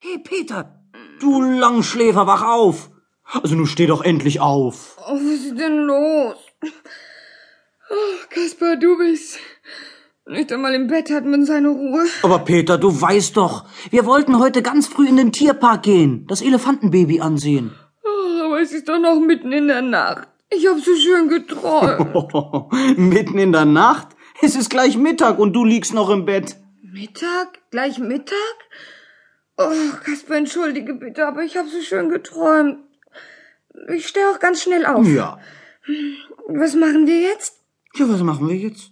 Hey, Peter, du Langschläfer, wach auf! Also nun steh doch endlich auf! Oh, was ist denn los? Oh, Kaspar, du bist. Nicht einmal im Bett hat man seine Ruhe. Aber Peter, du weißt doch, wir wollten heute ganz früh in den Tierpark gehen, das Elefantenbaby ansehen. Oh, aber es ist doch noch mitten in der Nacht. Ich hab so schön geträumt. Mitten in der Nacht? Es ist gleich Mittag und du liegst noch im Bett. Mittag? Gleich Mittag? Oh, Kasper, entschuldige bitte, aber ich habe so schön geträumt. Ich stehe auch ganz schnell auf. Ja. Was machen wir jetzt? Ja, was machen wir jetzt?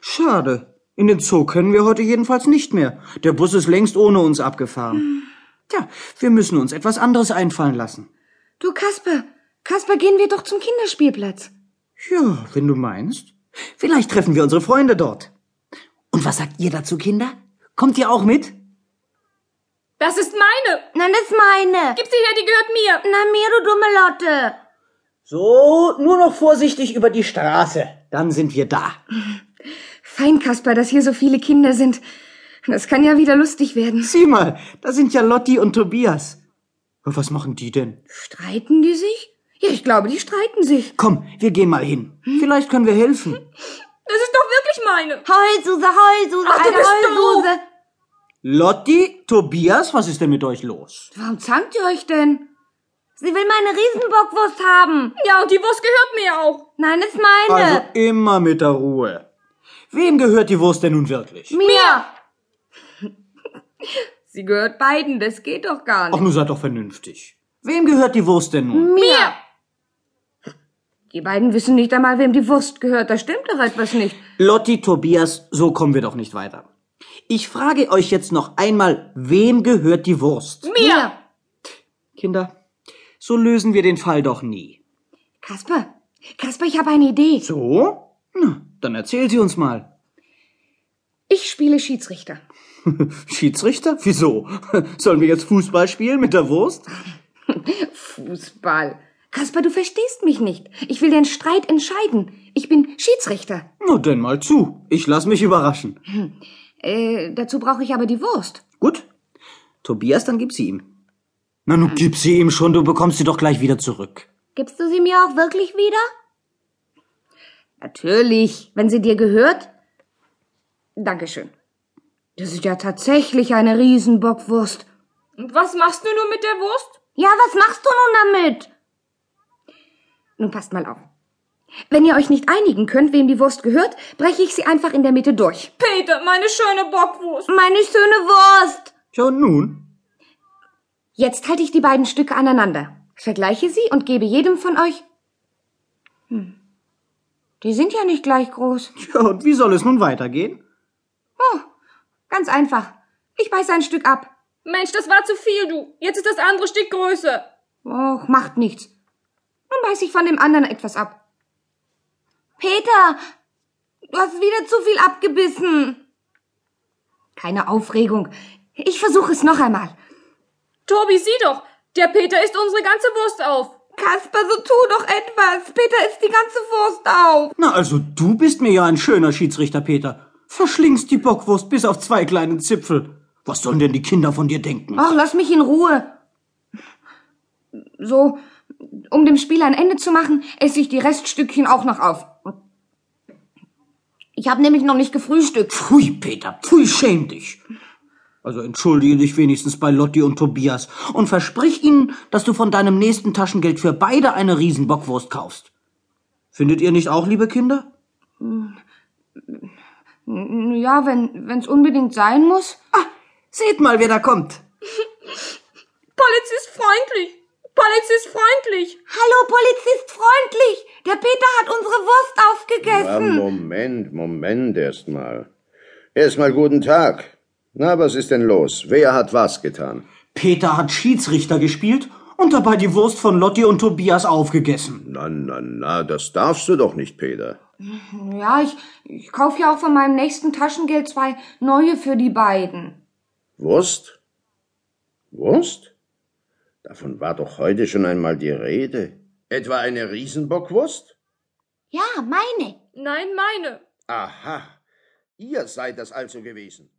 Schade. In den Zoo können wir heute jedenfalls nicht mehr. Der Bus ist längst ohne uns abgefahren. Tja, wir müssen uns etwas anderes einfallen lassen. Du, Kasper, Kasper, gehen wir doch zum Kinderspielplatz. Ja, wenn du meinst. Vielleicht treffen wir unsere Freunde dort. Und was sagt ihr dazu, Kinder? Kommt ihr auch mit? Das ist meine. Nein, das ist meine. Gib sie her, die gehört mir. Na, mir, du dumme Lotte. So, nur noch vorsichtig über die Straße. Dann sind wir da. Fein, Kasper, dass hier so viele Kinder sind. Das kann ja wieder lustig werden. Sieh mal, da sind ja Lotti und Tobias. Und Was machen die denn? Streiten die sich? Ja, ich glaube, die streiten sich. Komm, wir gehen mal hin. Vielleicht können wir helfen. Das ist doch wirklich meine. Heulsuse, Heulsuse, Ach, du bist doof. Lotti, Tobias, was ist denn mit euch los? Warum zankt ihr euch denn? Sie will meine Riesenbockwurst haben. Ja, und die Wurst gehört mir auch. Nein, das ist meine. Also immer mit der Ruhe. Wem gehört die Wurst denn nun wirklich? Mir. Sie gehört beiden, das geht doch gar Ach, nicht. nun seid doch vernünftig. Wem gehört die Wurst denn nun? Mir. Die beiden wissen nicht einmal, wem die Wurst gehört. Da stimmt doch etwas nicht. Lotti, Tobias, so kommen wir doch nicht weiter. Ich frage euch jetzt noch einmal, wem gehört die Wurst? Mir. Kinder, so lösen wir den Fall doch nie. Kasper, Kasper, ich habe eine Idee. So? Na, dann erzähl sie uns mal. Ich spiele Schiedsrichter. Schiedsrichter? Wieso? Sollen wir jetzt Fußball spielen mit der Wurst? Fußball. Kasper, du verstehst mich nicht. Ich will den Streit entscheiden. Ich bin Schiedsrichter. Na denn mal zu. Ich lass mich überraschen. Äh, dazu brauche ich aber die Wurst. Gut. Tobias, dann gib sie ihm. Na, nun gib sie ihm schon, du bekommst sie doch gleich wieder zurück. Gibst du sie mir auch wirklich wieder? Natürlich, wenn sie dir gehört. Dankeschön. Das ist ja tatsächlich eine Riesenbockwurst. Und was machst du nur mit der Wurst? Ja, was machst du nun damit? Nun passt mal auf. Wenn ihr euch nicht einigen könnt, wem die Wurst gehört, breche ich sie einfach in der Mitte durch. Peter, meine schöne Bockwurst. Meine schöne Wurst! Tja, und nun? Jetzt halte ich die beiden Stücke aneinander, vergleiche sie und gebe jedem von euch. Hm. Die sind ja nicht gleich groß. Tja, und wie soll es nun weitergehen? Oh, ganz einfach. Ich beiße ein Stück ab. Mensch, das war zu viel, du. Jetzt ist das andere Stück größer. Och, macht nichts. Nun beiß ich von dem anderen etwas ab. Peter, du hast wieder zu viel abgebissen. Keine Aufregung. Ich versuche es noch einmal. Tobi, sieh doch. Der Peter isst unsere ganze Wurst auf. Kasper, so tu doch etwas. Peter isst die ganze Wurst auf. Na, also du bist mir ja ein schöner Schiedsrichter, Peter. Verschlingst die Bockwurst bis auf zwei kleine Zipfel. Was sollen denn die Kinder von dir denken? Ach, lass mich in Ruhe. So, um dem Spiel ein Ende zu machen, esse ich die Reststückchen auch noch auf. Ich habe nämlich noch nicht gefrühstückt. Pfui, Peter, pfui, schäm dich. Also entschuldige dich wenigstens bei Lotti und Tobias und versprich ihnen, dass du von deinem nächsten Taschengeld für beide eine Riesenbockwurst kaufst. Findet ihr nicht auch, liebe Kinder? Ja, wenn wenn's unbedingt sein muss. Ah, seht mal, wer da kommt. Polizist freundlich. Polizist freundlich. Hallo, Polizist freundlich. Der Peter hat unsere Wurst Ja, aufgegessen. Moment, Moment erstmal. Erstmal guten Tag. Na, was ist denn los? Wer hat was getan? Peter hat Schiedsrichter gespielt und dabei die Wurst von Lotti und Tobias aufgegessen. Na, na, na, das darfst du doch nicht, Peter. Ja, ich, ich kauf ja auch von meinem nächsten Taschengeld zwei neue für die beiden. Wurst? Wurst? Davon war doch heute schon einmal die Rede. Etwa eine Riesenbockwurst? Ja, meine. Nein, meine. Aha, ihr seid das also gewesen.